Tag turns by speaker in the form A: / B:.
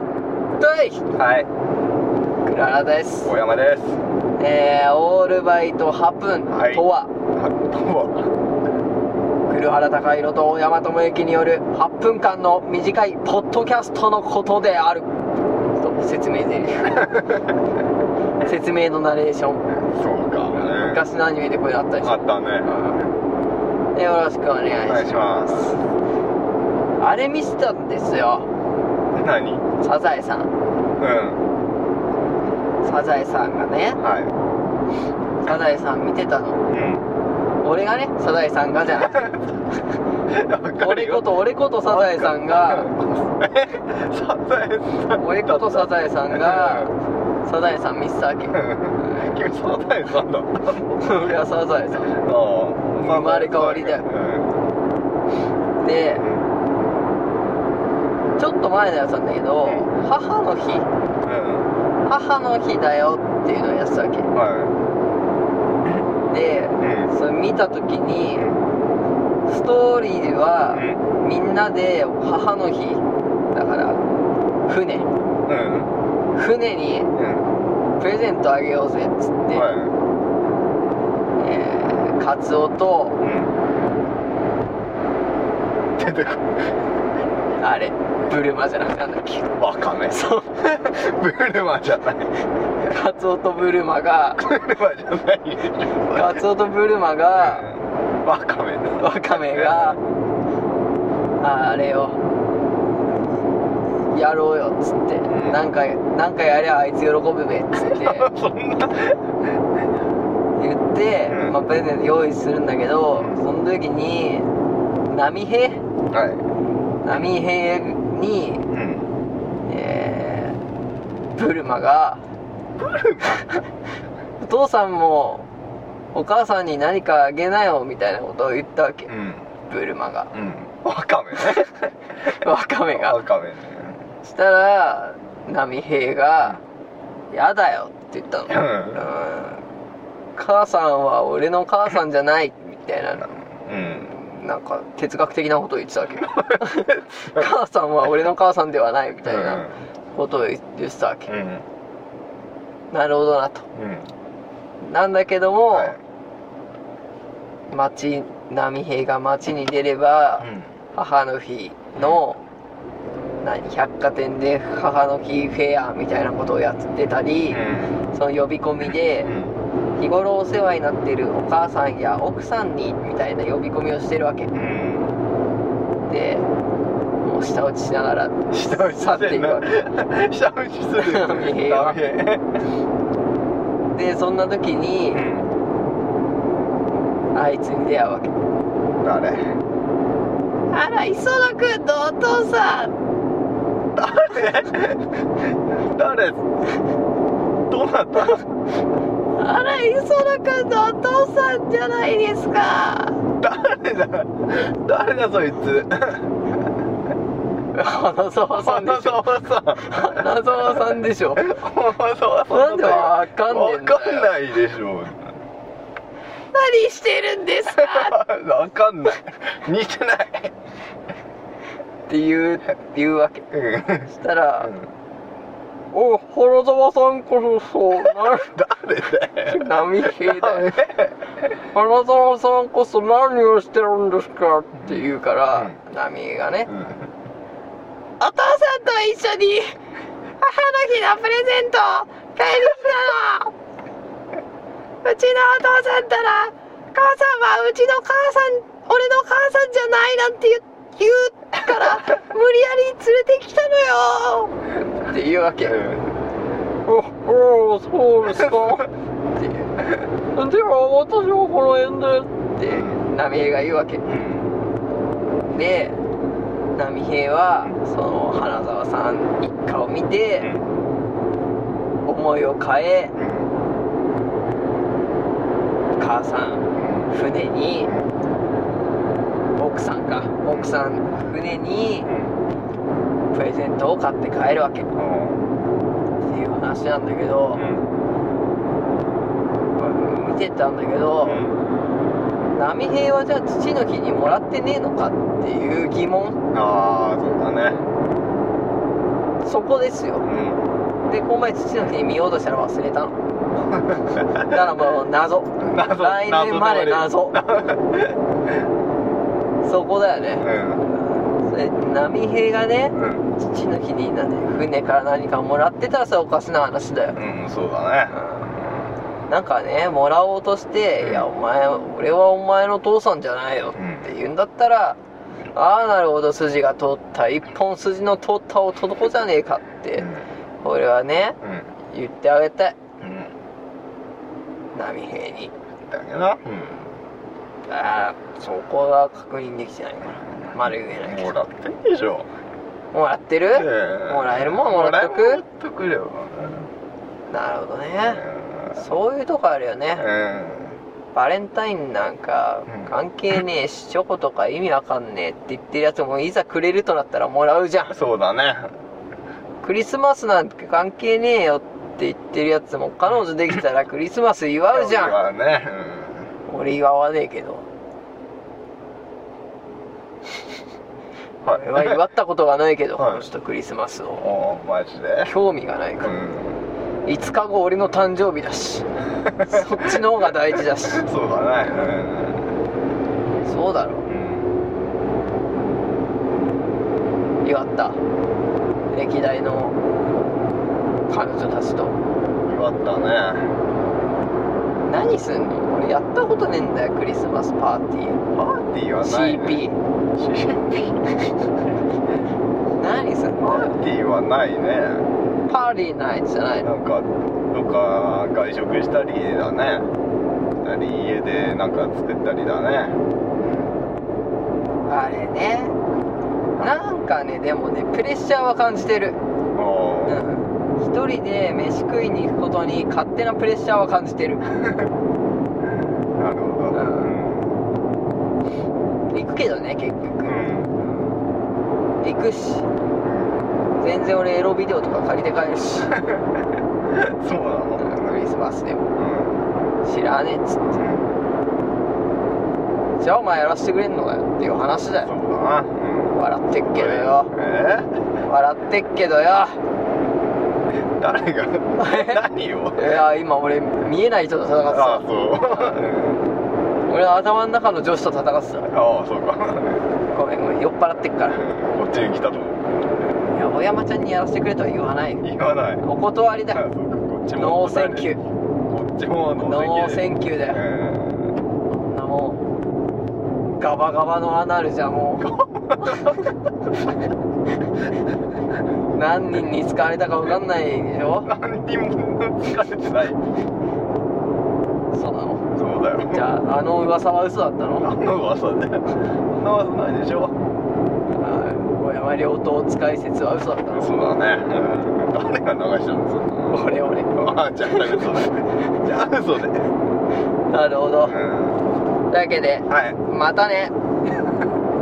A: はい
B: はい、
A: クララです
B: 小山です。
A: えー、オールバイトハプン
B: はい
A: とは、
B: あど
A: 黒原貴弘と大山智之による8分間の短いポッドキャストのことであるそう説明 で説明のナレーション
B: うも。そうか。
A: 昔のアニメでこれあったでし
B: あ
A: ょ
B: ったね。
A: でよろしくお願
B: お
A: い
B: 願い
A: し
B: し
A: ま
B: ますす。
A: あれ見せたんですよ
B: 何？
A: サザエさん
B: うん。
A: サザエさんがね
B: は
A: サザエさん見てたの
B: い。
A: 俺がねサザエさんがじゃ なくて
B: うん。
A: 俺こと俺ことサザエさん
B: が
A: が
B: サザエさん。
A: 俺ことサザエさんがサザエさん見せたわけ
B: うん。君サザエさんだった。
A: 俺はサザエさん生
B: 生
A: まれ変わりだよで
B: う
A: ちょっと前のやつなんだけど
B: うん
A: 母の日
B: ん。
A: 母の日だよっていうのをやってたわ
B: うん。は
A: けで
B: い。うん。
A: それ見た時にストーリーはみんなで母の日だから船
B: うん。
A: 船に
B: うん。
A: プレゼントあげようぜっつって、
B: は
A: えーカツオと
B: い。うん。出てこ
A: あれブルマじゃなくてなんだっけ
B: わかんない。
A: そう
B: ブルマじゃない。
A: カツオとブルマが
B: ブルマじゃない。
A: カツオとブルマが
B: うんワカメだ。
A: ワカメがああれをやろうよっつって
B: うん
A: なんかなんかやりゃあいつ喜ぶべっつって
B: そんな。
A: 言って、
B: うん
A: まあ、プレゼント用意するんだけど
B: うん
A: その時に波平
B: は
A: 波平に
B: い。うん。
A: えー、ブルマが お父さんもお母さんに何かあげなよみたいなことを言ったわけ、
B: うん。
A: ブルマが
B: うん。ワカメね。
A: ワカメ
B: ワ
A: が
B: カメね。
A: したら波平が「やだよ」って言ったの
B: う。
A: うんん母さんは俺の母さんじゃないみたいな
B: うん。
A: なんか哲学的なことを言ってたわけ 母さんは俺の母さんではないみたいなことを言ってたわけ、
B: うん。
A: なるほどなと
B: うん。
A: なんだけども、
B: はい
A: 町波平が町に出れば、母の日の何百貨店で母の日フェアみたいなことをやってたり、その呼び込みで
B: うん。
A: 日頃お世話になってるお母さんや奥さんにみたいな呼び込みをしてるわけ
B: うん。
A: でもう舌打ちしながら
B: 下打ち
A: 去っ
B: す
A: ていく
B: るな
A: わ。
B: 下打ちするよ
A: ダメよ
B: ダメ
A: けでそんな時に
B: うん
A: あいつに出会うわけ
B: 誰
A: あら磯野君のお父さん
B: 誰どなた
A: あら磯野君のお父さんじゃないですか
B: 誰だ誰だそいつ
A: 花沢さんで
B: 花
A: し ょ
B: 沢さん
A: 花沢さんでしょ
B: 花沢さん
A: なんでわかんねえんだよ
B: わかんないでしょ
A: 何してるんですか
B: わかんない似てない
A: って言う言うわけ
B: うん
A: そしたら「お花沢さんこそそうな
B: 誰だよ
A: 波平だよ花沢さんこそ何をしてるんですか」って言うから、波平がね
B: うん
A: 「お父さんと一緒に母の日のプレゼントペリン だのうちのお父さんたら母さんはうちの母さん俺の母さんじゃないなんて言う言うから無理やり連れてきたのよ」って言うわけ。おおそうですかってでは私はこの辺でって波平が言うわけ
B: うん
A: で波平はその花澤さん一家を見て思いを変え母さん船に奥さんか奥さん船にプレゼントを買って帰るわけっていう話なんだけど見てたんだけど、波平はじゃあ父の日にもらってねえのかっていう疑問
B: ああそうだね
A: そこですよ
B: うん
A: でこの前父の日に見ようとしたら忘れたのだからもう謎
B: 謎
A: 来年まで謎
B: 謎で終わり
A: そこだよね
B: うん
A: それ波平がね
B: うん
A: 父の日になんで船から何かもらってたらそれおかしな話だよ
B: うんそうだね
A: なんかねもらおうとして「いやお前俺はお前の父さんじゃないよ」って言うんだったら「ああなるほど筋が通った一本筋の通った男じゃねえか」って俺はね
B: うんうん
A: 言ってあげたい
B: うん
A: 波平に
B: だけどなうん
A: ああそこが確認できてないからまだ言えないけ
B: も
A: ど
B: らってんでしょ
A: もらってるも
B: も
A: らえるもんもらっとく
B: もらっとくよ
A: なるほど
B: うん
A: ねそういうとこあるよねバレンタインなんか
B: うん
A: 関係ねえしチョコとか意味わかんねえって言ってるやつもいざくれるとなったらもらうじゃ
B: うん
A: ん
B: そうだね
A: クリスマスなんて関係ねえよって言ってるやつも彼女できたらクリスマス祝うじゃん
B: んね
A: 俺祝わねえけど
B: うんはい
A: 俺は祝ったことがないけどこ
B: はい
A: の人クリスマスを
B: おーマジで
A: 興味がないうから
B: ん
A: 5日後俺の誕生日だ しそっちの方が大事だし
B: そうだねうん
A: そうだろ
B: うん
A: 祝った歴代の彼女たちと
B: 祝ったね
A: 何すんの俺やったことねえんだよクリスマスパーティー
B: パーティーはない、ね、
A: CP
B: CP
A: 何すんだ
B: パ
A: よ
B: ーティーはないね
A: パーティーナイトじゃないの
B: なんかどっか外食したりだねしたり家でなんか作ったりだね
A: あれねなんかねでもねプレッシャーは感じてるう
B: おー
A: ん一人で飯食いに行くことに勝手なプレッシャーは感じてる
B: なるほど
A: うん行くけどね結局、行くし全然俺エロビデオとか借りて帰るし
B: うんそうなの
A: クリスマスでも
B: う
A: 知らねえっつって
B: ん
A: じゃあお前やらせてくれんのかよっていう話だ
B: そ
A: よ
B: うだな。うん。
A: 笑ってっけどよ
B: え
A: 笑ってっけどよ
B: ー誰が何を
A: いや今俺見えない人と戦って
B: あ
A: た
B: あ、そう。うん
A: 俺の頭の中の女子と戦ってた
B: ああ、そうか。
A: ごめんごめん酔っ払ってっから
B: こっちに来たと
A: いや大山ちゃんにやらせてくれとは言わない
B: 言わない。
A: お断り
B: あ
A: だ
B: あそうかこっちも。
A: ノーセンキュー
B: ー。こっち
A: ノ
B: もノ
A: ー
B: ー
A: セ
B: セン
A: ンキューだ
B: キュ
A: よ
B: ー。
A: そんなもうガバガバのアナルじゃも う何人に使われたか分かんないでし
B: う
A: ょ
B: ん。何にも 疲れてない。
A: そうなの
B: そうだよ。
A: じゃああの噂は嘘だったの
B: 何の噂で。何の噂ないでしょ。
A: あ大山良刀使い説は嘘だったの
B: そうだね。うん誰が流したの そんなの
A: 俺俺
B: ああ、じゃあ嘘だよ。じゃあ嘘で。
A: なるほど
B: うん
A: というわけで
B: はい。
A: またね